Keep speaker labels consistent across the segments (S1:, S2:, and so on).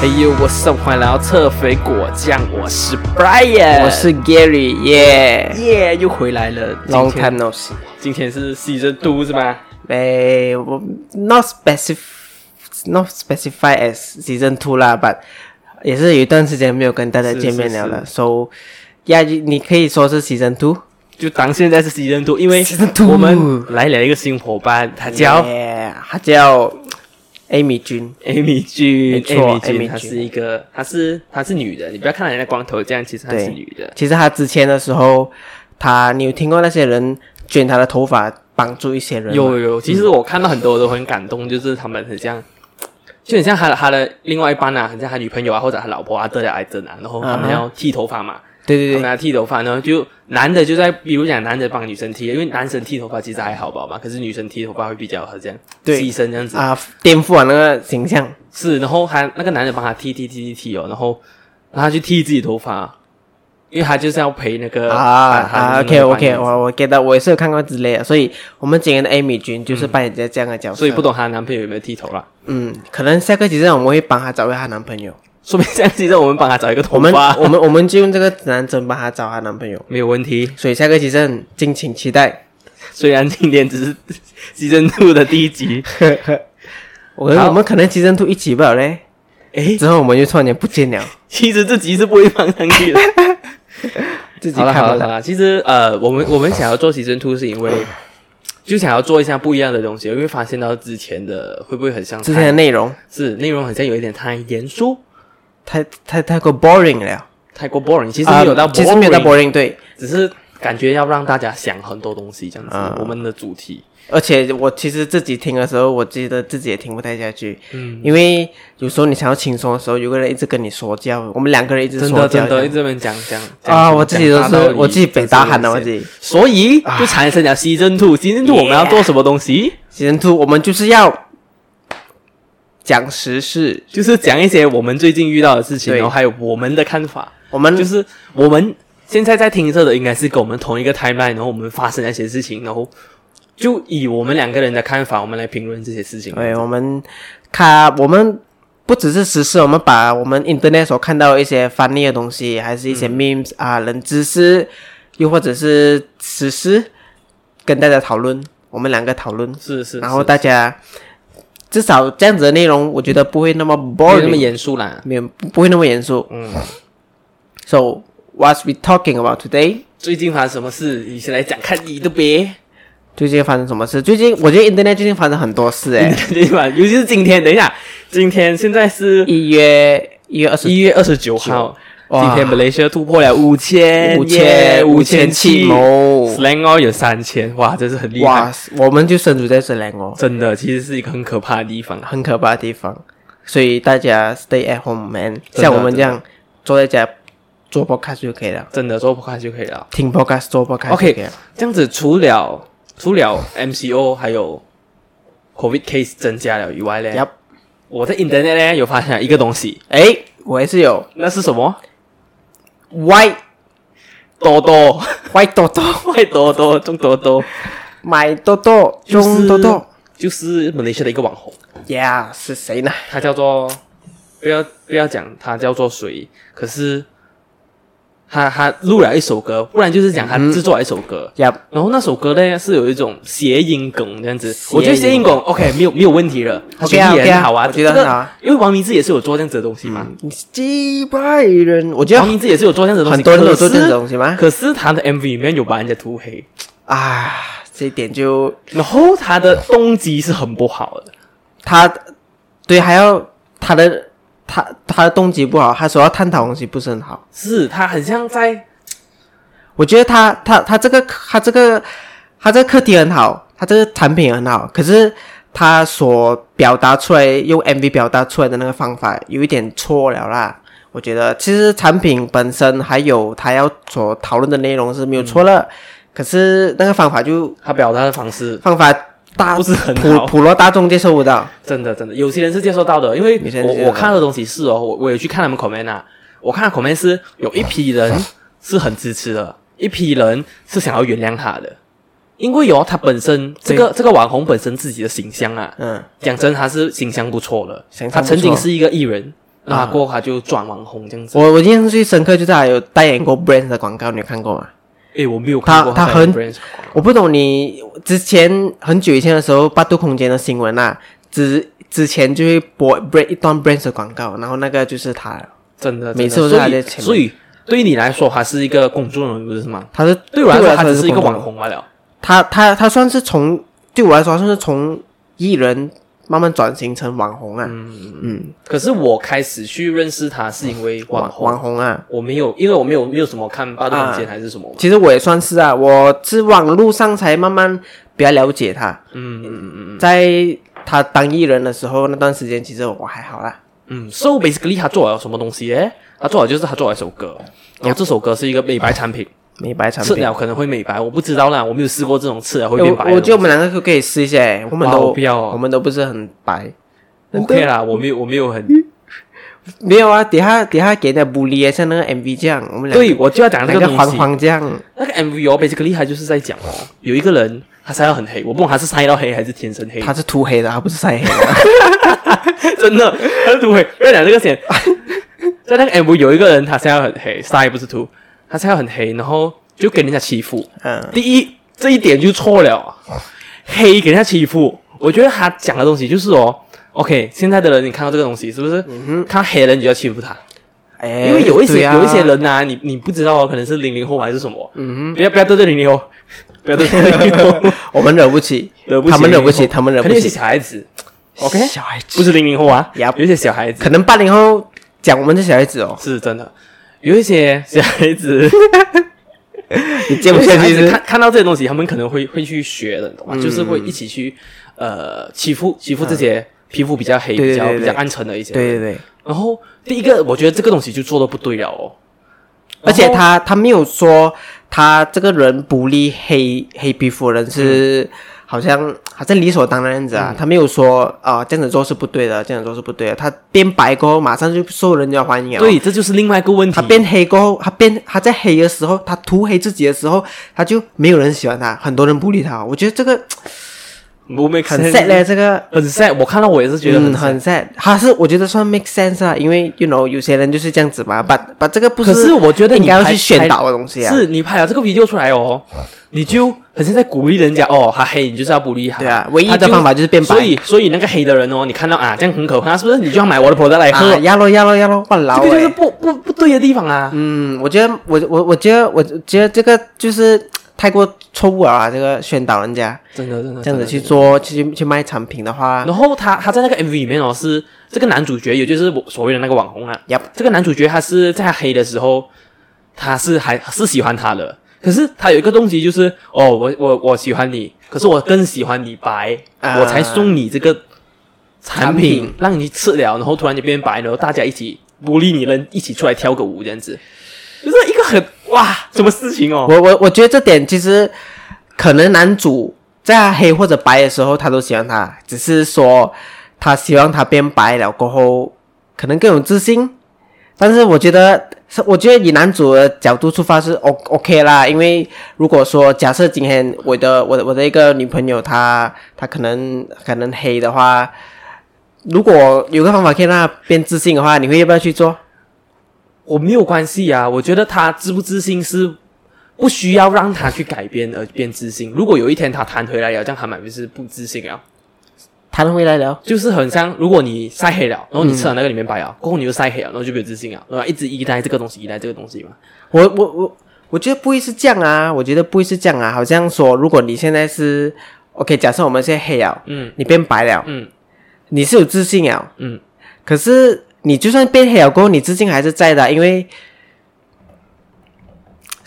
S1: Hey yo, what's up？欢迎来到侧肥果酱，我是 Brian，
S2: 我是 Gary，耶、
S1: 耶又回来了。今
S2: l o n g
S1: 天
S2: time no see。
S1: 今天是 season two 是吗？
S2: 诶，我 not specif，not specify as season two 啦，but 也是有一段时间没有跟大家见面了了。So，呀，你可以说是 season two，
S1: 就当现在是 season two，因为
S2: Season two
S1: 我们来了一个新伙伴，他叫
S2: Yeah，他叫 Amy 君，
S1: Amy 君，
S2: 没
S1: Amy
S2: 错
S1: 君，
S2: Amy
S1: 她
S2: 君
S1: 是一个，她是她是女的，你不要看人家光头这样，其实她
S2: 对
S1: 是女的。
S2: 其实他之前的时候，他你有听过那些人卷他的头发绑住一些人吗？
S1: 有有有，其实
S2: 嗯
S1: 我看到很多我都很感动，就是他们很像，就很像他的他的另外一半啊，很像他女朋友啊或者他老婆啊得了癌症啊，然后他
S2: 嗯
S1: 们
S2: 哼
S1: 要剃头发嘛。
S2: 对对
S1: 他
S2: 对
S1: 们，要剃头发呢，就男的就在，比如讲男的帮女生剃，因为男生剃头发其实还好吧嘛，可是女生剃头发会比较好像
S2: 对
S1: 牺牲这样子。
S2: 啊、颠覆了那个形象。
S1: 是，然后他那个男的帮他剃剃剃剃剃哦，然后然后他去剃自己头发，因为他就是要陪那个
S2: 啊
S1: 他他
S2: 啊
S1: 的
S2: ，OK
S1: 另外一
S2: OK，
S1: 半
S2: 我我 get 到，我也是有看过之类的，所以我们今天的 Amy 君就是扮演着这样的角色，
S1: 所以不懂她男朋友有没有剃头啦。
S2: 嗯，可能下个集上我们会帮她找回她男朋友，
S1: 说明这样其实我们帮他找一个头
S2: 我们
S1: 发，
S2: 我们我们就用这个指南针帮她找她男朋友，
S1: 没有问题。
S2: 所以下个集上敬请期待。
S1: 虽然今天只是 season two 的第一集，
S2: 我们
S1: 好
S2: 我们可能集中都一起不了嘞，
S1: 诶，
S2: 之后我们就突然间不见了，
S1: 其实这集是不会放上去的。
S2: 自己
S1: 好了
S2: 看
S1: 好
S2: 不
S1: 了好
S2: 到。
S1: 了，其实呃，我们我们想要做 season two 是因为就想要做一下不一样的东西，因为发现到之前的会不会很像
S2: 之前的内容
S1: 是内容好像有一点太严肃，
S2: 太太太过 boring 了，
S1: 太过 boring，其实没有到、
S2: 啊其实没有到 boring 对，
S1: 只是感觉要让大家想很多东西这样子。
S2: 啊
S1: 我们的主题
S2: 而且我其实自己听的时候，我觉得自己也听不太下去，
S1: 嗯，
S2: 因为有时候你想要轻松的时候，有个人一直跟你说教，我们两个人一直
S1: 真
S2: 说
S1: 的
S2: 教
S1: 真的
S2: 这
S1: 一
S2: 样
S1: 直在那边讲讲讲
S2: 啊，我自己都
S1: 讲大道
S2: 是
S1: 理
S2: 我自己北大啊喊的，我
S1: 讲这
S2: 自
S1: 些
S2: 己。啊
S1: 所以就产生了 season two，season two 我们要做什么东西？
S2: Season Two，我们就是要讲时事，
S1: 就是讲一些我们最近遇到的事情，
S2: 对
S1: 然后还有我们的看法。
S2: 我们
S1: 就
S2: 就是
S1: 是我们现在在听这的应该是跟我们同一个 timeline，然后我们发生那些事情，然后就以我们两个人的看法，我们来评论这些事情。
S2: 对，我们看我们。不只是时事，我们把我们 internet 所看到的一些 funny 的东西，还是一些
S1: 嗯
S2: memes 啊、冷知识，又或者是时事，跟大家讨论。我们两个讨论，
S1: 是是，
S2: 然后
S1: 是
S2: 大家至少这样子的内容，我觉得不会那么
S1: 没
S2: boring，
S1: 有那么严肃啦。
S2: 没有不不会那么严肃。
S1: 嗯，
S2: So what we talking about today？
S1: 最近发生什么事？你先来讲，看你的呗。
S2: 最近发生什么事？最近我觉得 internet 最近发生很多事欸诶、
S1: 对吧？尤其是今天，等一下，今天现在是
S2: 一月一月二十
S1: 一月二十九号，今
S2: 哇
S1: 天 Malaysia 突破了五千，
S2: 五千
S1: 五
S2: 五
S1: 千
S2: 千
S1: 七
S2: 七哦，
S1: ，Slang 哦有三千，哇，真是很厉害
S2: 哇，，我们就身处在这两哦，
S1: 真的，其实是一个很可怕的地方。啊
S2: 很可怕的地方，所以大家 stay at home man，
S1: 的
S2: 像我们这样坐在家做 podcast 就可以了，
S1: 真的做不开就可以了。
S2: 听 podcast 做 podcast 就可
S1: OK
S2: 以了。
S1: 这样子除了除了 MCO 还有 COVID case 增加了以外嘞
S2: Yup
S1: 我在 Internet 呢有发现了一个东西，
S2: 诶，我也是有
S1: 那是什么？
S2: white
S1: 多多，
S2: white 豆豆，
S1: 快多多，中多多，
S2: 买豆豆，中豆豆
S1: 就是马来西亚的一个网红，
S2: ，Yeah 是谁呢？
S1: 他叫做不要不要讲他叫做谁，可是他他录了一首歌，不然就是讲他
S2: 嗯
S1: 制作了一首歌，
S2: 呀，
S1: 然后那首歌呢是有一种谐音梗这样子，
S2: 谐音
S1: 我觉得谐音梗 OK 没有没有问题了，他
S2: OK
S1: 举例
S2: 啊
S1: 也
S2: OK 啊
S1: 很好啊，
S2: 我觉得
S1: 这个
S2: 很好啊嗯
S1: 因为王明志也是有做这样子的东西嘛，
S2: 你是几百人，我觉
S1: 王
S2: 得
S1: 明志也是有做这样子的东西，
S2: 很多人都有做
S1: 可是
S2: 这种东西吗？
S1: 可是他的 MV 里面有把人家涂黑，
S2: 啊，这一点就
S1: 然后他的动机是很不好的，
S2: 他对还要他的他他的动机不好，他所要探讨的东西不是很好。
S1: 是他很像在
S2: 我觉得他他他这个他这个他这个课题很好，他这个产品很好，可是他所表达出来用 MV 表达出来的那个方法有一点错了啦。我觉得其实产品本身还有他要所讨论的内容是没有错了，可是那个方法就
S1: 他表达的方式
S2: 方法大
S1: 不是很
S2: 普
S1: 好，
S2: 普罗大众接受不到。
S1: 真的真的，有些人是接受到的，因为
S2: 有些人是接
S1: 我
S2: 受到
S1: 我看到的东西是哦，我我有去看他们 comment 啊，我看 comment 是有一批人
S2: 啊
S1: 是很支持的，一批人是想要原谅他的，因为有、哦他本身这个这个网红本身自己的形象啊，
S2: 嗯
S1: 讲真他是形象不错的，
S2: 形象不错
S1: 他
S2: 啊
S1: 曾经是一个艺人，那他过后他就转网红这样子。
S2: 我我印象最深刻就是他有代言过 Brands 的广告，你有看过吗？
S1: 诶，我没有看过
S2: 他
S1: 在
S2: 他很
S1: Brands
S2: 我不懂你之前很久以前的时候，百度空间的新闻啊，之之前就会播 brand 一段 brands 的广告，然后那个就是他，
S1: 真的，
S2: 每次
S1: 真的
S2: 都是他
S1: 所以
S2: 在前面
S1: 所以对于你来说，他是一个公众人物是吗？
S2: 他是
S1: 对我来说，他只是一个
S2: 公众
S1: 网
S2: 人物，
S1: 红罢了。
S2: 他他他算是从对我来说他算是从艺人慢慢转型成网红啊，嗯嗯，
S1: 可是我开始去认识他是因为网
S2: 网
S1: 红，啊
S2: 网红啊，
S1: 我没有，因为我没有没有什么看八度空间还是什么嘛。
S2: 其实我也算是啊，我是网络上才慢慢比较了解他，
S1: 嗯嗯嗯嗯
S2: 在他当艺人的时候那段时间，其实我还好啦。
S1: 嗯。So basically，他做了什么东西诶？他做了就是他做了一首歌，然后这首歌是一个美白产品，哎
S2: 美白产
S1: 吃
S2: 品，
S1: 了可能会美白，我不知道啦，我没有试过这种吃了会
S2: 欸
S1: 变
S2: 我
S1: 白的东西。
S2: 我觉得我们两个可可以试一下、欸，我们
S1: 哇
S2: 都
S1: 我不要哦
S2: 我们都不是很白。
S1: OK 啦，我没嗯有我没有很
S2: 没有啊，等下等下给人家不理，像那个 MV 这样，我们两个
S1: 对，我就要讲那
S2: 两
S1: 个
S2: 个
S1: 东
S2: 黄
S1: 西。
S2: 黄这样，
S1: 那个 MV 哦，basically 他就是在讲哦，有一个人他晒到很黑，我不懂他是晒到黑还是天生黑，
S2: 他是涂黑的，他不是晒 黑的。
S1: 真的他是涂黑。不要讲这个先，在那个 MV 有一个人他晒到很黑，晒不是涂，他晒到很黑，然后就给人家欺负。
S2: 嗯，
S1: 第一这一点就错了，啊黑给人家欺负。我觉得他讲的东西就是哦，OK，现在的人你看到这个东西是不是？看到黑人你就要欺负他，
S2: 嗯哎、
S1: 因为有一些、
S2: 对啊
S1: 有一些人呐、你你不知道哦，可能是零零后还是什么，嗯不要不要得罪零零后，不要得罪零零 后，
S2: 我们惹不起，
S1: 惹不起
S2: 他们惹不起，
S1: 00后
S2: 他们惹
S1: 可
S2: 不
S1: 能有些
S2: 起。
S1: 小孩子，OK，
S2: 小孩
S1: 不
S2: 子，
S1: 是零零后啊，
S2: Yup
S1: 有一些小孩子
S2: 可能八零后讲我们这小孩子 哦，
S1: 是真的，有一些小孩子，
S2: 你接
S1: 有
S2: 不
S1: 一些
S2: 下
S1: 小孩
S2: 去
S1: 子
S2: 是？嗯
S1: 看看到这些东西，他们可能会会去学的，你懂吗？就是会一起去呃欺负欺负这些皮肤比较黑、
S2: 嗯对对
S1: 比较
S2: 对对
S1: 比较暗沉的一些。
S2: 对对对，
S1: 然后第一个，我觉得这个东西就做的不对了哦，
S2: 而且
S1: 然后
S2: 他他没有说他这个人不利黑黑皮肤人是、好像好像理所当然这样子
S1: 嗯
S2: 啊，他没有说啊、这样子做是不对的，这样子做是不对的。他变白过后马上就受人家欢迎了，
S1: 对，这就是另外一个问题。
S2: 他变黑过后，他变他在黑的时候，他涂黑自己的时候，他就没有人喜欢他，很多人不理他。我觉得这个
S1: 我 make
S2: 很
S1: sense
S2: sad 嘞，这个
S1: 很 sad，我看到我也是觉得很
S2: 嗯
S1: sad。
S2: 很 sad，他是我觉得算 make sense 啊，因为 you know 有些人就是这样子嘛，把把这个不
S1: 可是我觉得你
S2: 应该要
S1: 拍
S2: 去宣导的东西啊，
S1: 是你拍了这个 video 出来哦，你就很像在鼓励人家哦，他黑你就是要鼓励他。
S2: 对啊唯一
S1: 他
S2: 的
S1: 就
S2: 方法就是变白
S1: 所以所以那个黑的人哦，你看到啊，这样很可怕，是不是？你就要买我的 product 来喝，
S2: 啊，压咯压咯压咯，换老、
S1: 这个就是
S2: 欸。
S1: 不不不对的地方啊。
S2: 嗯，我觉得我我我觉得我觉得这个就是太过错误了啊！这个宣导人家
S1: 真的真的
S2: 这样子去
S1: 真的
S2: 做去去卖产品的话，
S1: 然后他他在那个 MV 里面哦，是这个男主角，也就是我所谓的那个网红啊。
S2: Yup
S1: 这个男主角他是在他黑的时候，他是还是喜欢他的，可是他有一个动机就是哦，我我我喜欢你，可是我更喜欢你白，
S2: 啊
S1: 我才送你这个产
S2: 产
S1: 品，
S2: 品
S1: 让你吃了，然后突然就变白，然后大家一起鼓励你人一起出来跳个舞这样子，就是一个很哇什么事情哦，
S2: 我我我觉得这点其实可能男主在他黑或者白的时候，他都喜欢他，只是说他希望他变白了过后，可能更有自信。但是我觉得，是我觉得以男主的角度出发是 O OK 啦，因为如果说假设今天我的我的我的一个女朋友她她可能可能黑的话，如果有个方法可以让她变自信的话，你会要不要去做？
S1: 我没有关系啊，我觉得他自不自信是不需要让他去改变而变自信。如果有一天他弹回来了，这样他满就是不自信了，
S2: 谈回来聊。
S1: 就是很像如果你晒黑了，然后你吃了那个里面白
S2: 嗯
S1: 了，过后你又晒黑了，然后就没有自信了，然后一直依赖这个东西，依赖这个东西嘛。
S2: 我我我我觉得不会是这样啊，我觉得不会是这样啊。好像说，如果你现在是 OK，假设我们现在黑了，
S1: 嗯
S2: 你变白了，
S1: 嗯
S2: 你是有自信了，
S1: 嗯，
S2: 可是你就算变黑了过后，你自信还是在的啊，因为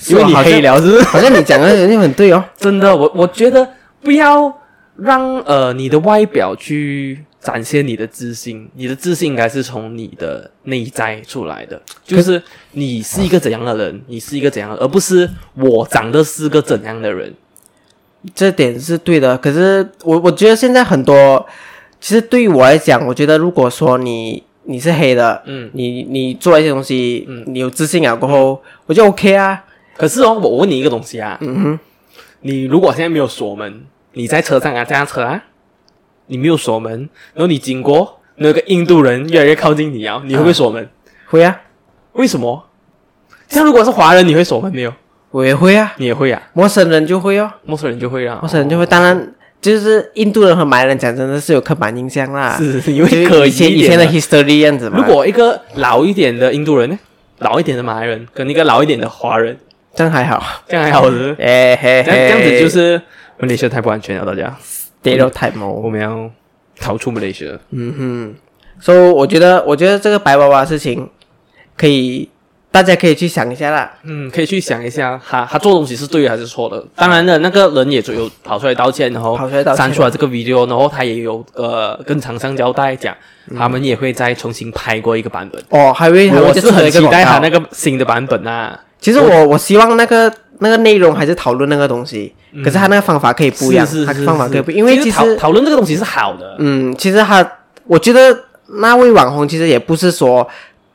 S1: 因为你黑
S2: 了，是不是？好像你讲的有点很对哦。
S1: 真的，我我觉得不要让呃你的外表去展现你的自信，你的自信应该是从你的内在出来的，就是你是一个怎样的人，你是一个怎样的，而不是我长得是个怎样的人。
S2: 这点是对的，可是我我觉得现在很多，其实对于我来讲，我觉得如果说你你是黑的，
S1: 嗯，
S2: 你你做一些东西，你有自信了过后，我就 OK 啊，
S1: 可是哦，我问你一个东西啊，
S2: 嗯哼，
S1: 你如果现在没有锁门，你在车上啊，这辆车啊，你没有锁门，然后你经过，那个印度人越来越靠近你啊，你会不会锁门？
S2: 会啊，
S1: 为什么？像如果是华人，你会锁门没有？
S2: 我也会啊，
S1: 你也会啊，
S2: 陌生人就会哦，
S1: 陌生人就会啊
S2: 陌，生人就会。当然，就是印度人和马来人讲真的是有刻板印象啦，
S1: 是是因
S2: 啊就
S1: 为可
S2: 以
S1: 疑
S2: 前
S1: 一
S2: 以前
S1: 点
S2: 的啊
S1: 的。
S2: history 样子嘛。
S1: 如果一个老一点的印度人呢，老一点的马来人跟一个老一点的华人，
S2: 这样还好，
S1: 这样还好是不是？
S2: 哎嘿嘿，
S1: 这样这样子就是马来西亚太不安全了，大家，
S2: 跌到太毛。
S1: 我们要逃出马来西亚。
S2: 嗯哼，所、以我觉得，我觉得这个白娃娃的事情，可以大家可以去想一下啦。
S1: 嗯，可以去想一下，他他做东西是对还是错的。当然了，那个人也就有跑出来道歉，然后
S2: 跑出来道歉
S1: 删出来这个 video，然后他也有呃跟厂商交代讲，
S2: 嗯
S1: 他们也会再重新拍过一个版本。
S2: 哦，还会还
S1: 我
S2: 会再
S1: 是
S2: 出
S1: 很
S2: 一
S1: 期
S2: 个广
S1: 待他
S2: 告
S1: 那。个新的版本啊，
S2: 其实我我希望那个那个内容还是讨论那个东西，可是他那个方法可以不一样，
S1: 是是
S2: 他
S1: 是，
S2: 方法可以
S1: 是
S2: 不，因为其
S1: 讨
S2: 实
S1: 讨论这个东西是好的，
S2: 嗯，其实他我觉得那位网红其实也不是说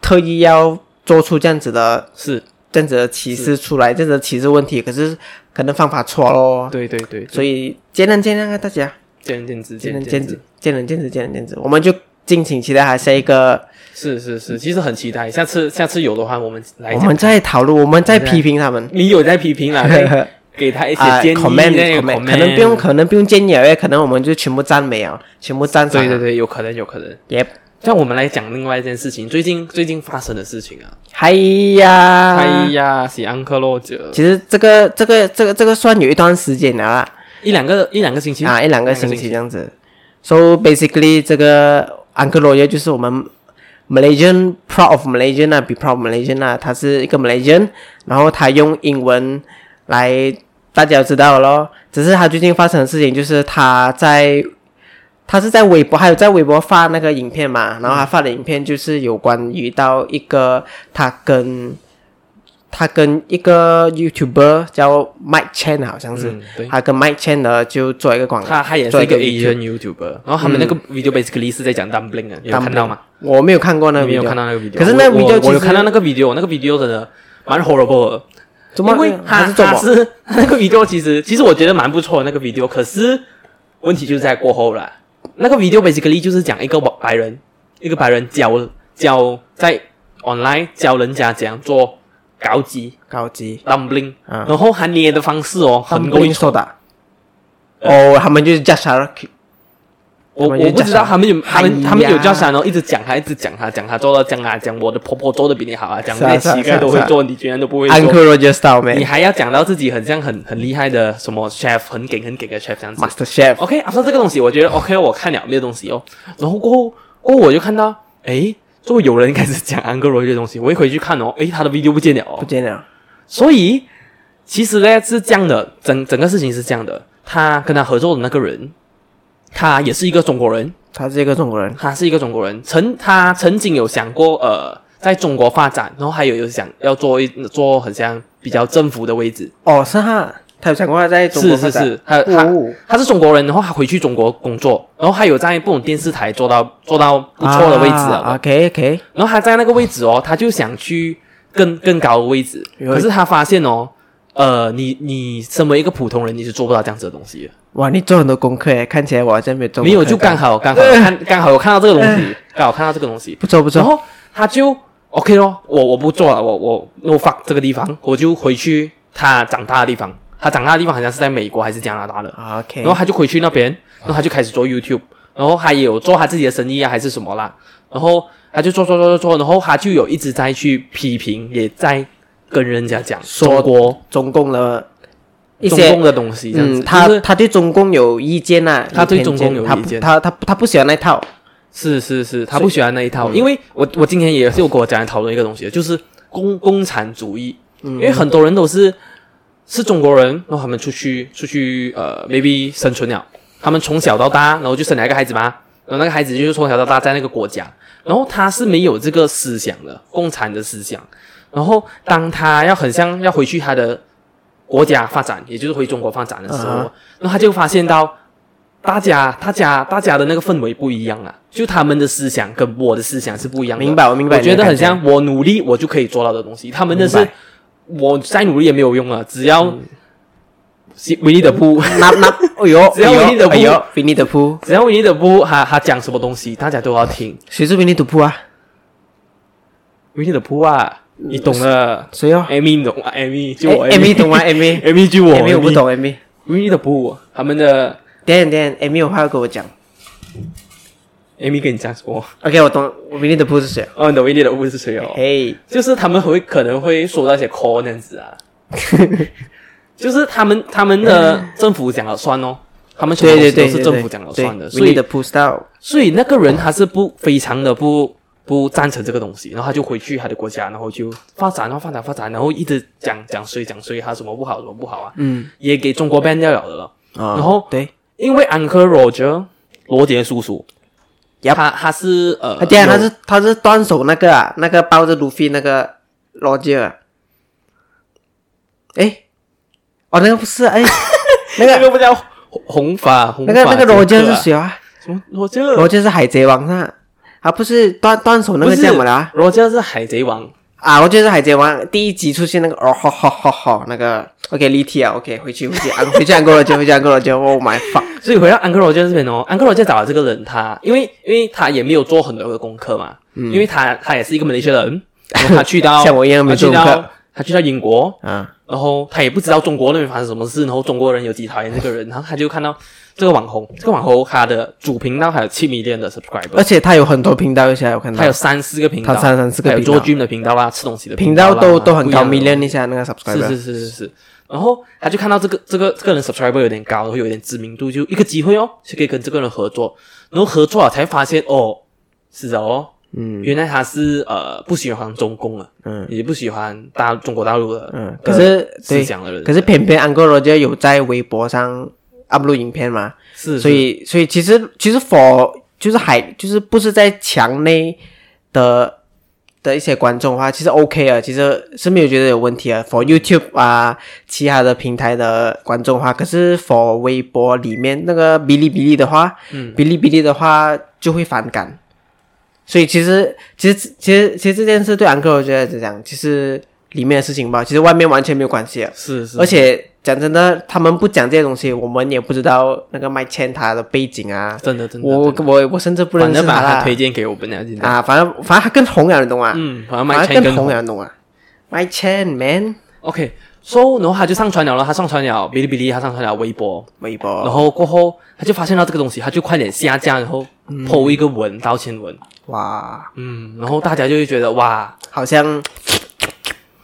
S2: 特意要做出这样子的
S1: 是
S2: 这样子的歧视出来，这样子的歧视问题，可是可能方法错咯，
S1: 对对对，
S2: 哦所以见仁见谅啊，大家。
S1: 见仁见智，见
S2: 见仁
S1: 仁
S2: 见
S1: 见
S2: 智
S1: 智，，
S2: 见仁见智，见仁见智。我们就敬请期待他下一个，
S1: 是是是，其实很期待，下次下次有的话我们来
S2: 我
S1: 讲
S2: 们。再讨论，我们再批评他们。
S1: 你有在批评了， 可以给他一些
S2: 啊
S1: 建议，
S2: ，comment
S1: 那个
S2: comment，可能不用，可能不用建议了，可能我们就全部赞美啊，全部赞赏。
S1: 对对对，有可能有可能。
S2: 对，耶，
S1: 像我们来讲另外一件事情，最近最近发生的事情啊，
S2: 嗨呀，
S1: 哎。呀，是安克洛者，
S2: 其实这个这个这个这个算有一段时间了啦，
S1: 一两个一两个星期
S2: 啊，一两个星
S1: 两
S2: 期这样子。So basically，这个 Uncle Roy 就是我们 Malaysian proud of Malaysian 啊，be proud of Malaysian 啊，他是一个 Malaysian，然后他用英文来大家都知道咯。只是他最近发生的事情就是他在他是在微博，还有在微博发那个影片嘛，然后他发的影片就是有关于到一个他跟他跟一个 YouTuber 叫 Mike Chen 啊好像是，
S1: 嗯对
S2: 他跟 Mike Chen 呢就做一个广告，
S1: 他他也
S2: 做
S1: 是
S2: 一
S1: 一
S2: 个嗯
S1: 个 Asian YouTuber，然后他们那个 video basically 是在讲 dumpling 的，有看到吗？
S2: 我没有看过那个
S1: 你没有
S2: video
S1: 看到那个 video？
S2: 可是那个
S1: 我
S2: video
S1: 我
S2: 其
S1: 我有
S2: 实
S1: 看到那个 video，那个 video 真的蛮 horrible 的。
S2: 怎么
S1: 因为
S2: 还
S1: 他
S2: 是做
S1: 他
S2: 么？
S1: 是 那个 video，其实其实我觉得蛮不错的那个 video，可是问题就在过后啦。那个 video basically 就是讲一个白人，一个白人教教在 online 教人家怎样做高级
S2: 高级
S1: dumpling，、
S2: 嗯
S1: 然后他捏的方式哦，很呃够
S2: 够
S1: 力。
S2: 说的。哦，他们就是 judge 他咯
S1: 我
S2: 他们就
S1: 我不知
S2: 讲
S1: 道他们有他
S2: 哎
S1: 们
S2: 呀
S1: 他们有叫啥，然后一直讲啊他，一直讲他，讲他做到这样啊，讲我的婆婆做的比你好啊，讲
S2: 是啊
S1: 那
S2: 是啊
S1: 乞
S2: 是啊
S1: 丐都
S2: 是
S1: 会
S2: 啊
S1: 做，你居然都不会做。
S2: ，Uncle Roger style
S1: 你
S2: man，Master
S1: 还要讲到自己很像很很厉害的什么 chef，很给很给的 chef 这样子。
S2: Chef，
S1: OK，啊，说这个东西，我觉得 OK，我看了没有东西哦。然后过后，过后我就看到，诶，就有人开始讲安哥罗这些东西，我一回去看哦，诶，他的 video 不见了哦
S2: 不。见了，
S1: 所以其实呢是这样的，整整个事情是这样的，他跟他合作的那个人，他也是一个中国人，
S2: 他是一个中国人，
S1: 他是一个中国人，曾他曾经有想过呃。在中国发展，然后还有有想要做一做很像比较政府的位置，
S2: 哦，是哈，他有想过他在中国
S1: 是
S2: 发
S1: 是
S2: 展
S1: 是，他他
S2: 哦，
S1: 他是中国人，然后他回去中国工作，然后他有在不同电视台做到做到不错的位置啊了。
S2: OK OK，
S1: 然后他在那个位置哦，他就想去更更高的位置，
S2: 有
S1: 可是他发现哦，呃，你你身为一个普通人，你是做不到这样子的东西的。
S2: 哇，你做很多功课耶，看起来我好像没有做功
S1: 没
S2: 课，
S1: 有，就刚好刚好看刚好我看到这个东西，刚好看到这个东西，
S2: 不错不
S1: 然
S2: 错，
S1: 后他就 OK 咯，我我不做了，我我 no fuck 这个地方，我就回去他长大的地方。他长大的地方好像是在美国还是加拿大的。
S2: 啊 OK，
S1: 然后他就回去那边，然后他就开始做 YouTube，然后他也有做他自己的生意啊，还是什么啦。然后他就做做做做做，然后他就有一直在去批评，也在跟人家讲
S2: 说
S1: 中国
S2: 中共的一
S1: 中
S2: 些
S1: 共的东西，这样子。
S2: 嗯，他
S1: 就是
S2: 他对中共有意见呐、啊，
S1: 他对中共
S2: 偏
S1: 有
S2: 见
S1: 意见
S2: 他他他他不喜欢那一套，
S1: 是是是，他不喜欢那一套，因为我我今天也是有跟我家人讨论一个东西，就是共共产主义，因为很多人都是是中国人，然后他们出去出去呃，maybe 生存了，他们从小到大，然后就生了一个孩子嘛，然后那个孩子就是从小到大在那个国家，然后他是没有这个思想的，共产的思想，然后当他要很像要回去他的国家发展，也就是回中国发展的时候，
S2: 嗯哼
S1: 然后他就发现到大家大家大家的那个氛围不一样了，就他们的思想跟我的思想是不一样的。
S2: 明白我明白
S1: 我觉得很
S2: 你的感
S1: 像我努力我就可以做到的东西，他们的
S2: 明
S1: 是
S2: 白
S1: 啊
S2: 嗯
S1: 我再努力也没有用了，只要维尼的铺，
S2: 那那， 哎呦，
S1: 只要维尼的
S2: 哎
S1: 布
S2: 呦，维尼的铺，
S1: 只要维尼的铺他他讲什么东西，大家都要听。
S2: 谁是维尼的铺啊？
S1: 维尼的铺啊，你懂的。
S2: 谁哦
S1: Amy 你懂啊？Amy 就我
S2: ？Amy 懂吗？Amy
S1: Amy 就我
S2: Amy 我不。懂 Amy，
S1: 维尼的铺他们的
S2: 等一下等一下 Amy 有话要跟我讲。
S1: Amy 跟你讲什么？
S2: OK，我懂，我维尼的铺是谁啊？
S1: 哦，你懂维尼的铺是谁哦？
S2: 嘿，
S1: 就是他们会可能会说那些 call 那样子 啊，就是他们他们的政府讲了算哦，他们全部
S2: 对
S1: 东
S2: 对
S1: 西都是
S2: 对，
S1: 政府讲了算的，所
S2: 维尼
S1: 以
S2: 的铺 style，
S1: 所以那个人他是不非常的不不赞成这个东西，然后他就回去他的国家，然后就发展，然后发展发展，然后一直讲讲谁讲谁他什么不好什么不好啊，
S2: 嗯，
S1: 也给中国 ban 掉了了，
S2: 然
S1: 然后
S2: 对，
S1: 因为 Uncle Roger 罗杰叔叔，
S2: Yup
S1: 他他是呃，
S2: 他啊等一下他
S1: 有
S2: 是他是断手那个啊，那个抱着鲁菲那个罗杰啊，哎，哦那个不是哎，那
S1: 那
S2: 个
S1: 个不叫红红发红发
S2: 那个那
S1: 杰
S2: 个
S1: 克
S2: 罗杰是
S1: 啊
S2: 谁啊？
S1: 什么罗 杰？
S2: 罗杰是海贼王啊，啊不是断断手那
S1: 不
S2: 个
S1: 是
S2: 叫什么的啊？
S1: 罗杰是海贼王，
S2: 啊，我就是海贼王第一集出现那个哦吼吼吼吼那个，OK 立体啊，OK 回去回去，啊回去安哥罗杰，回去安哥罗杰，Oh my fuck，
S1: 所以回到安克罗杰这边哦，安克罗杰找的这个人他，因为因为他也没有做很多的功课嘛，因为他他也是一个马来西亚人，然后他去 到
S2: 嗯像我一样没
S1: 他去
S2: 做功课
S1: 到他去到英国，
S2: 啊，
S1: 然后他也不知道中国那边发生什么事，然后中国人有几讨厌这个人，然后他就看到这个网红，这个网红他的主频道还有七 million 的 subscriber，
S2: 而且他有很多频道，现在我看到
S1: 他有三四个频道，
S2: 呃他三三四个
S1: 还有
S2: 频道
S1: 做 gym 的频道啊啦，吃东西的
S2: 频
S1: 道
S2: 道
S1: 啦
S2: 都都很高
S1: 不一样的
S2: million 一下那个 subscriber，
S1: 是是是是是。然后他就看到这个这个这个人 subscriber 有点高，然后有点知名度，就一个机会哦，就可以跟这个人合作。然后合作了才发现哦，是的哦，
S2: 嗯
S1: 原来他是呃不喜欢中共了，
S2: 嗯
S1: 也不喜欢大中国大陆的，
S2: 嗯，可是
S1: 思
S2: 对，
S1: 想的人，
S2: 可是偏偏安哥罗杰有在微博上 upload 影片嘛，
S1: 是
S2: 所以所以其实其实 for 就是海就是不是在墙内的的一些观众的话，其实 OK 啊，其实是没有觉得有问题啊。for YouTube 啊，其他的平台的观众的话，可是 for 微博里面那个哔哩哔哩的话，
S1: 嗯
S2: 哔哩哔哩的话就会反感。所以其实其实其实其实这件事对安哥我觉得是这样，其实里面的事情吧，其实外面完全没有关系啊。
S1: 是是，
S2: 而且讲真的，他们不讲这些东西，我们也不知道那个麦倩他的背景啊。
S1: 真的真的，
S2: 我我我甚至不认
S1: 反
S2: 识
S1: 正把
S2: 啦
S1: 他推荐给我们俩，现在
S2: 啊，反正反正他更红了，你懂吗？
S1: 嗯，好像
S2: 反
S1: 麦钱
S2: 正更
S1: 跟
S2: 红了，你懂吗？麦倩 man
S1: OK。so，然后他就上传了咯，他上传了哔哩哔哩，他上传了微博，
S2: 微
S1: 然
S2: 博，
S1: 后过后他就发现到这个东西，他就快点下架，然后 po 一个文、道歉文，
S2: 哇，
S1: 嗯，然后大家就会觉得哇，
S2: 好像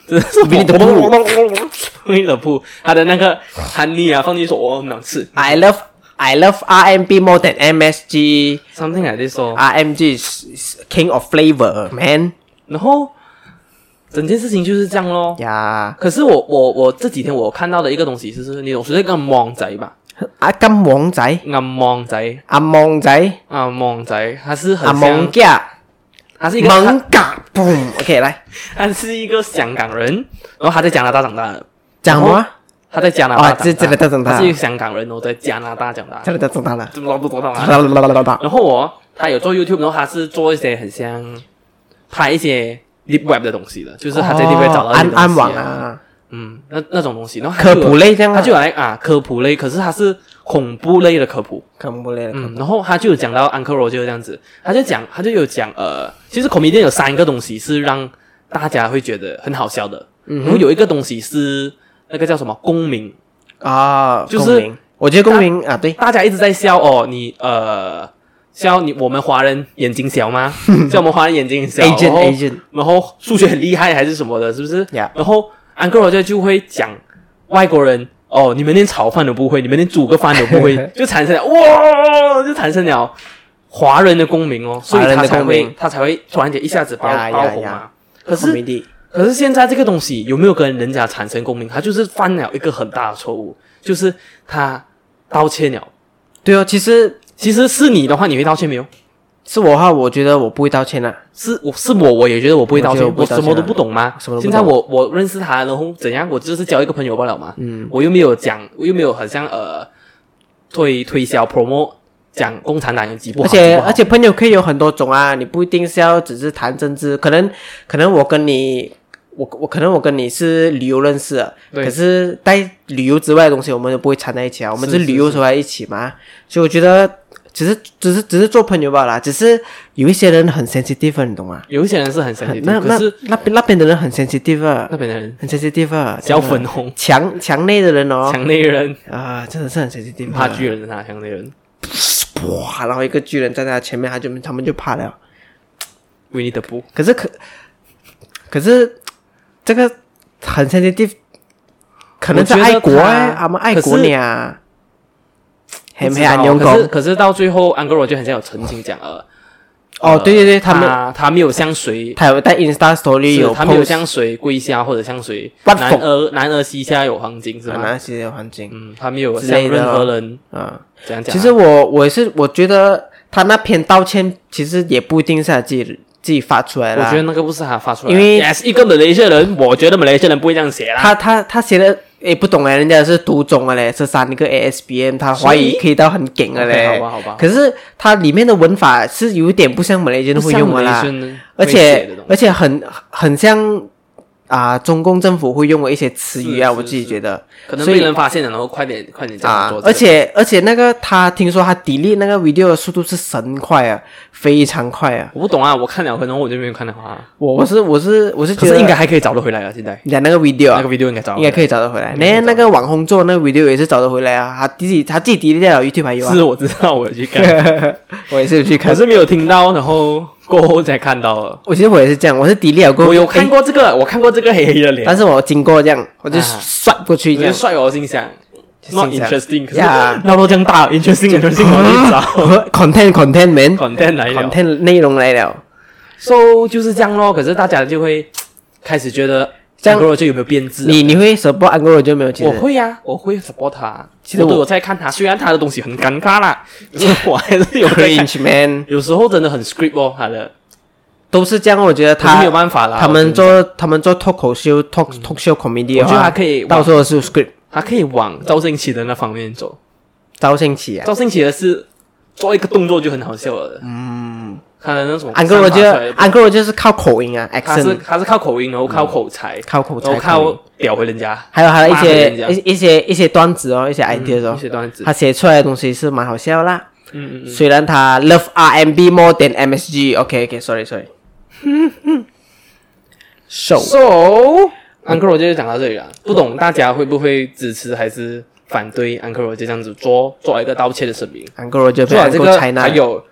S1: 这是
S2: 比你的
S1: 我
S2: 不
S1: 为了不他的那个含腻啊，放进去说我很难吃
S2: I love I love RMB more than MSG。
S1: ，something like this 哦，
S2: RMG is- is king of flavor man
S1: 然后整件事情就是这样咯。
S2: 呀、
S1: 可是我我我这几天我看到的一个东西就是你懂谁叫芒仔吧？
S2: 阿金王仔，
S1: 暗芒仔，
S2: 阿蒙仔，
S1: 啊芒仔，他是
S2: 阿
S1: 很
S2: 蒙
S1: 像，
S2: 家，
S1: 他是一个他
S2: 蒙嘎，嘣，OK 来。
S1: 他是一个香港人，然后他在加拿大长大的，
S2: 讲什么？
S1: 他在加拿大
S2: 哦这加拿大长大
S1: 他是一个香港人，然后啊在加拿大长大，
S2: 加拿大长大了，
S1: 这么不多大
S2: 啦啦啦啦啦！
S1: 然后我他有做 YouTube，然后他是做一些很像拍一些 Deep Web 的东西的，就是他在 Deep Web 找到一些东
S2: 哦安
S1: 西
S2: 安网，啊，
S1: 嗯，那那种东西，然后他
S2: 科
S1: 就有
S2: 普类这样啊，
S1: 他就有来啊科普类，可是他是恐怖类的科普，
S2: 科普类的。
S1: 嗯，然后他就有讲到 Uncle Roger 这样子，他就讲他就有讲呃，其实 comedian 有三个东西是让大家会觉得很好笑的，
S2: 嗯
S1: 然后有一个东西是那个叫什么公民，
S2: 啊，
S1: 就是
S2: 公民我觉得公民啊，对，
S1: 大家一直在笑哦，你呃笑你我们华人眼睛小 吗？笑我们华人眼睛很小
S2: Agent，
S1: 然后
S2: agent
S1: 然后数学很厉害还是什么的，是不是
S2: Yeah
S1: 然后 Uncle Roger 就会讲外国人哦，你们连炒饭都不会，你们连煮个饭都不 会，就产生了哇，就产生了华人的共鸣哦，所以
S2: 华人
S1: 他
S2: 的
S1: 才
S2: 共鸣
S1: 会他才会突然间一下子爆
S2: Yeah，yeah，
S1: 爆红
S2: yeah
S1: 嘛。可
S2: 公
S1: 是
S2: 民地
S1: 可是现在这个东西有没有跟人家产生共鸣？他就是犯了一个很大的错误，就是他道歉了。
S2: 对哦。其实
S1: 其实是你的话，你会道歉没有？
S2: 是我的话，我觉得我不会道歉啊的。
S1: 是我是我，我也觉得我不会道歉，
S2: 我觉得我不会道歉啊
S1: 什么都不懂吗？
S2: 什么都不懂
S1: 现在我我认识他，然后怎样？我就是交一个朋友罢了嘛。嗯，我又没有讲，我又没有好像呃推推销 promo 讲共产党有几不好，
S2: 而且
S1: 几不好
S2: 而且朋友可以有很多种啊，你不一定是要只是谈政治，可能可能我跟你我我可能我跟你是旅游认识的，
S1: 对
S2: 可是在旅游之外的东西，我们都不会掺在一起啊，我们
S1: 是
S2: 是
S1: 是
S2: 旅游时候在一起嘛，所以我觉得只是只是只是做朋友罢了啊，只是有一些人很 sensitive，你懂吗？
S1: 有一些人是很神
S2: 很
S1: 奇
S2: 那
S1: 的，可
S2: 那
S1: 是
S2: 那边那边的人很 sensitive，啊
S1: 那边的人
S2: 很 sensitive，啊
S1: 小
S2: 真的
S1: 粉 红、
S2: 墙墙内的人哦，
S1: 墙内人、
S2: 啊，真的是很 sensitive，啊
S1: 怕巨人的那墙内人，
S2: 哇，然后一个巨人站在他前面，他就他们就怕了。
S1: 维尼的布
S2: 可是可，可是这个很 sensitive，可能是
S1: 我觉得
S2: 爱国啊，
S1: 他
S2: 他们爱国你啊，很很安用
S1: 可是
S2: 功
S1: 可是到最后，安哥罗就很像有澄清讲呃，
S2: 哦，对对对，他们
S1: 他他没有像谁。
S2: 他有在 Insta Story
S1: 是
S2: 有
S1: 他没有
S2: post
S1: 像谁跪下，或者像谁
S2: What
S1: 男
S2: for？
S1: 儿男儿膝下有黄金是
S2: 很
S1: 吗？
S2: 难些环境
S1: 嗯，他没有
S2: 之
S1: 像
S2: 类的
S1: 任何
S2: 咯
S1: 人
S2: 啊。
S1: 怎样讲啊。
S2: 其实我我是我觉得他那篇道歉其实也不一定是他自己自己发出来
S1: 我
S2: 啦
S1: 觉，得那个不是他发出来的，
S2: 因为
S1: yes, 一个马来西亚人，我觉得马来西亚人不会这样写啦。
S2: 他他他写的也不懂哎，人家是读中了嘞，这三个 ASBM，他怀疑
S1: 所以
S2: 可以到很梗了
S1: OK，
S2: 嘞。
S1: 好吧，好吧，
S2: 可是它里面的文法是有点不像马来人
S1: 不
S2: 会
S1: 像
S2: 用的
S1: 马来
S2: 啦
S1: 西，亚人
S2: 而
S1: 会写
S2: 且
S1: 的东西
S2: 而且很很像啊、中共政府会用的一些词语啊，
S1: 是
S2: 我自己
S1: 是
S2: 觉得
S1: 可能
S2: 所以
S1: 被人发现了，然后快点快点这样
S2: 啊
S1: 做。，
S2: 而且而且那个他听说他 delete 那个 video 的速度是神快啊，非常快啊，
S1: 我不懂啊，我看了，可能我就没有看到啊。
S2: 我我是我是我是
S1: 可
S2: 觉
S1: 是
S2: 得
S1: 应该还可以找得回来啊，现在
S2: 你讲那个 video 啊
S1: 那个 video 应该找得回
S2: 应
S1: 来
S2: 该可以找得回来，
S1: 应该可以
S2: 那
S1: 找
S2: 那个网红做那个 video 也是找得回来啊，他自己他自己 delete 掉了 YouTube 还有啊，
S1: 是啊我知道，我有去看，
S2: 我也是有去看
S1: 可，是没有听到，然后过后才看到了。
S2: 我其实我也是这样，我是 delete 了过后，
S1: 我有
S2: 诶
S1: 看过这个，我看过这个黑黑的脸，
S2: 但是我经过这样，我就
S1: 啊
S2: 刷过去
S1: 你
S2: 这
S1: 觉得
S2: 样。
S1: 帅，我心想
S2: 心想
S1: ，not interesting，可是
S2: 呀
S1: 闹到这样大，interesting interesting，我去找哦
S2: content content man
S1: content 来了。
S2: content 内容来了，
S1: so 就是这样咯。可是大家就会开始觉得
S2: 这样
S1: Anglo 就有没有变质啊？
S2: 你你会 support Anglo 就没有？其
S1: 我
S2: 实
S1: 会呀、我会 support 他。
S2: 其实
S1: 我
S2: 我
S1: 都有在看他，虽然他的东西很尴尬 啦，可是我还是有在看。
S2: cringe man
S1: 有时候真的很 script 哦，他的
S2: 都是这样，我觉得
S1: 可是
S2: 他
S1: 没有办法啦。
S2: 他
S1: 我
S2: 们
S1: 觉得
S2: 做他们做脱口秀 talk talk show comedy 的
S1: 我觉得
S2: 话
S1: 还，可以
S2: 到
S1: 往，
S2: 时候是 script
S1: 他可以往赵信奇的那方面走。
S2: 招兴起啊。
S1: 赵信奇的是做一个动作就很好笑了。嗯，他的那种
S2: 安哥罗就
S1: 散发出来的
S2: 安哥罗就是靠口音啊
S1: 他是
S2: ，accent
S1: 他是靠口音，然后靠口才，
S2: 靠口
S1: 然
S2: 才
S1: 后哦靠
S2: 口音，
S1: 屌回人家，
S2: 还有他的一
S1: 骂
S2: 些
S1: 人家嗯
S2: 一一些一些段子哦，一些 idea
S1: 一
S2: 哦，
S1: 些段子。
S2: 他写出来的东西是蛮好笑啦。
S1: 嗯嗯嗯。
S2: 虽然他 love RMB more than MSG，OK OK，sorry sorry。手
S1: So，安克罗就讲到这里了。不懂大家会不会支持还是反对安克罗就这样子做做一个道歉的声明？
S2: 韩国人就
S1: 做
S2: 被
S1: 完
S2: 韩
S1: 这
S2: 国
S1: 个
S2: 采纳
S1: 还，有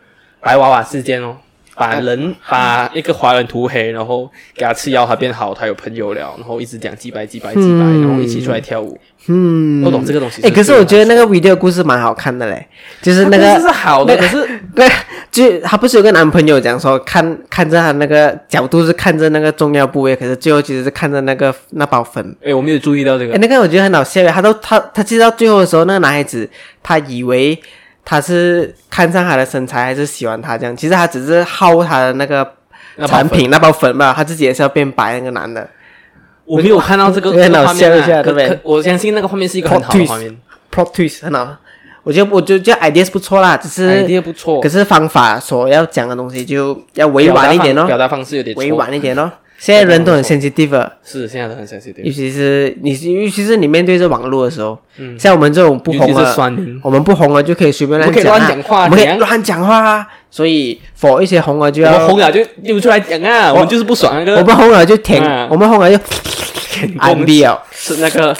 S1: 白娃娃事件哦，把人把一个华人涂黑，然后给他吃药，他变好，他有朋友了，然后一直讲几百几百几百，然后一起出来跳舞。嗯，不懂这个东西。
S2: 哎，可是我觉得那个 video 故事蛮好看的嘞，就是那
S1: 个
S2: 个
S1: 是好的，
S2: 那
S1: 可是
S2: 对，就她不是有个男朋友讲说看看着她那个角度是看着那个重要部位，可是最后其实是看着那个那包粉。
S1: 哎，我没有注意到这
S2: 哎，
S1: 个。
S2: 那个我觉得很好笑耶，他都他他记到最后的时候，那个男孩子他以为他是看上她的身材还是喜欢她这样，其实他只是薅她的那个
S1: 那包
S2: 产
S1: 粉
S2: 品那包粉嘛，他自己也是要变白那个男的。
S1: 我没有看到这个
S2: 我
S1: 这
S2: 很
S1: 个
S2: 好
S1: 画面
S2: 哎笑一下
S1: 啊，可
S2: 对不对
S1: 可我相信那个画面是一个很好的画面，
S2: plot twist 很好，我觉得我就觉得 ideas 不错啦，只是
S1: idea 哎不错
S2: 可，是方法所要讲的东西就要委婉一点
S1: 表
S2: 哦，
S1: 达方式有点
S2: 委
S1: 错嗯
S2: 婉一点哦。现在人都很 sensitive，啊
S1: 是现在都很 sensitive，
S2: 尤其是你，尤其是你面对着网络的时候，
S1: 嗯
S2: 像我们这种不
S1: 尤
S2: 红啊
S1: 其是
S2: 了，
S1: 酸民，
S2: 我们不红了就可以随便
S1: 我们可以
S2: 讲、啊，
S1: 乱讲话
S2: 我们可
S1: 怎样
S2: 以乱讲话啊。所以，for 一些红了就
S1: 我
S2: 要，
S1: 们红了就溜出来讲啊，我们就是不爽那
S2: 我
S1: 个
S2: 们红了就舔，
S1: 嗯
S2: 我们红了就
S1: 舔
S2: 安
S1: 共
S2: 迪了
S1: 是那个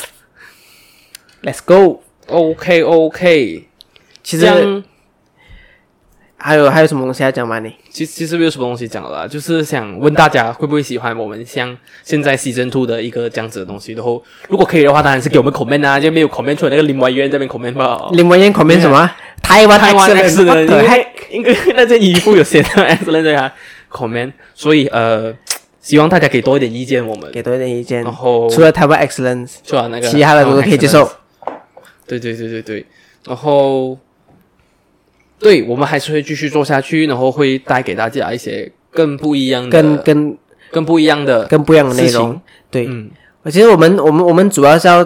S2: ，Let's go。
S1: OK OK，
S2: 其
S1: 这
S2: 实
S1: 样
S2: 还有还有什么东西要讲吗？你
S1: 其其实没有什么东西讲了啦，就是想问大家会不会喜欢我们像现在 season two 的一个这样子的东西，然后如果可以的话，当然是给我们 comment 啊，就没有 comment 出来那个林怀渊这边 comment 吧。
S2: 林文彦口面什么啊？台湾
S1: 台湾
S2: accent，
S1: X 的，
S2: what
S1: 因
S2: the heck？
S1: 为因为那件衣服有写到 X 的 对啊 comment，所以呃，希望大家给多一点意见我们，
S2: 给多一点意见
S1: 然。后
S2: 除了台湾 excellence，
S1: 除了那个
S2: 其他的都可以接受。。
S1: 对对对对对，然后对我们还是会继续做下去，然后会带给大家一些更不一样的、
S2: 跟跟
S1: 更不一样的。
S2: 跟不一样的内
S1: 事
S2: 容
S1: 情，
S2: 对，
S1: 嗯，
S2: 其实我们我们我们主要是要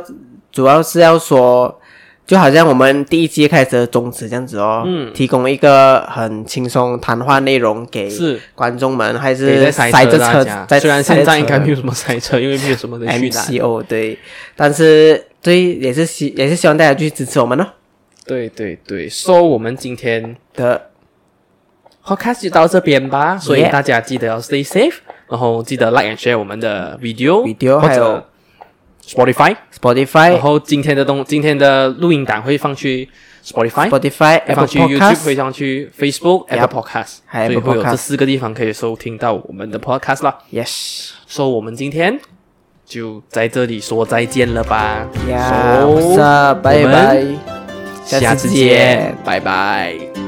S2: 主要是要说就好像我们第一季开始的宗旨这样子哦，
S1: 嗯
S2: 提供一个很轻松谈话内容给
S1: 是
S2: 观众们，还
S1: 得
S2: 是
S1: 塞
S2: 呃塞
S1: 车
S2: 着
S1: 大
S2: 车
S1: 家，
S2: 在
S1: 虽然
S2: 塞
S1: 现
S2: 着
S1: 在应
S2: 车
S1: 该没有什么塞车，因为没有什么人 去拦。
S2: MCO 对，但是对也是希也是希望大家去支持我们哦
S1: 对对对，说、so, 我们今天
S2: 的
S1: podcast 就到这边吧，所以
S2: Yeah
S1: 大家记得要 stay safe，然后记得 like and share 我们的 video
S2: video，
S1: 或
S2: 还
S1: 者
S2: 有哎
S1: Spotify，然
S2: Spotify、
S1: 后今天的东今天的录音档会放去 Spotify。
S2: Spotify、
S1: 会
S2: Apple
S1: 放去 YouTube，会
S2: Podcast
S1: 放去 Facebook、Apple Podcast，
S2: 还
S1: 所
S2: 有
S1: 以
S2: Apple
S1: 会有
S2: Podcast
S1: 这四个地方可以收听到我们的 podcast 啦。
S2: Yes，
S1: 所、以我们今天就在这里说再见了吧。
S2: 呀，
S1: So，
S2: 拜
S1: 我
S2: 拜
S1: 们，
S2: 下次
S1: 下次
S2: 见
S1: 见，拜拜。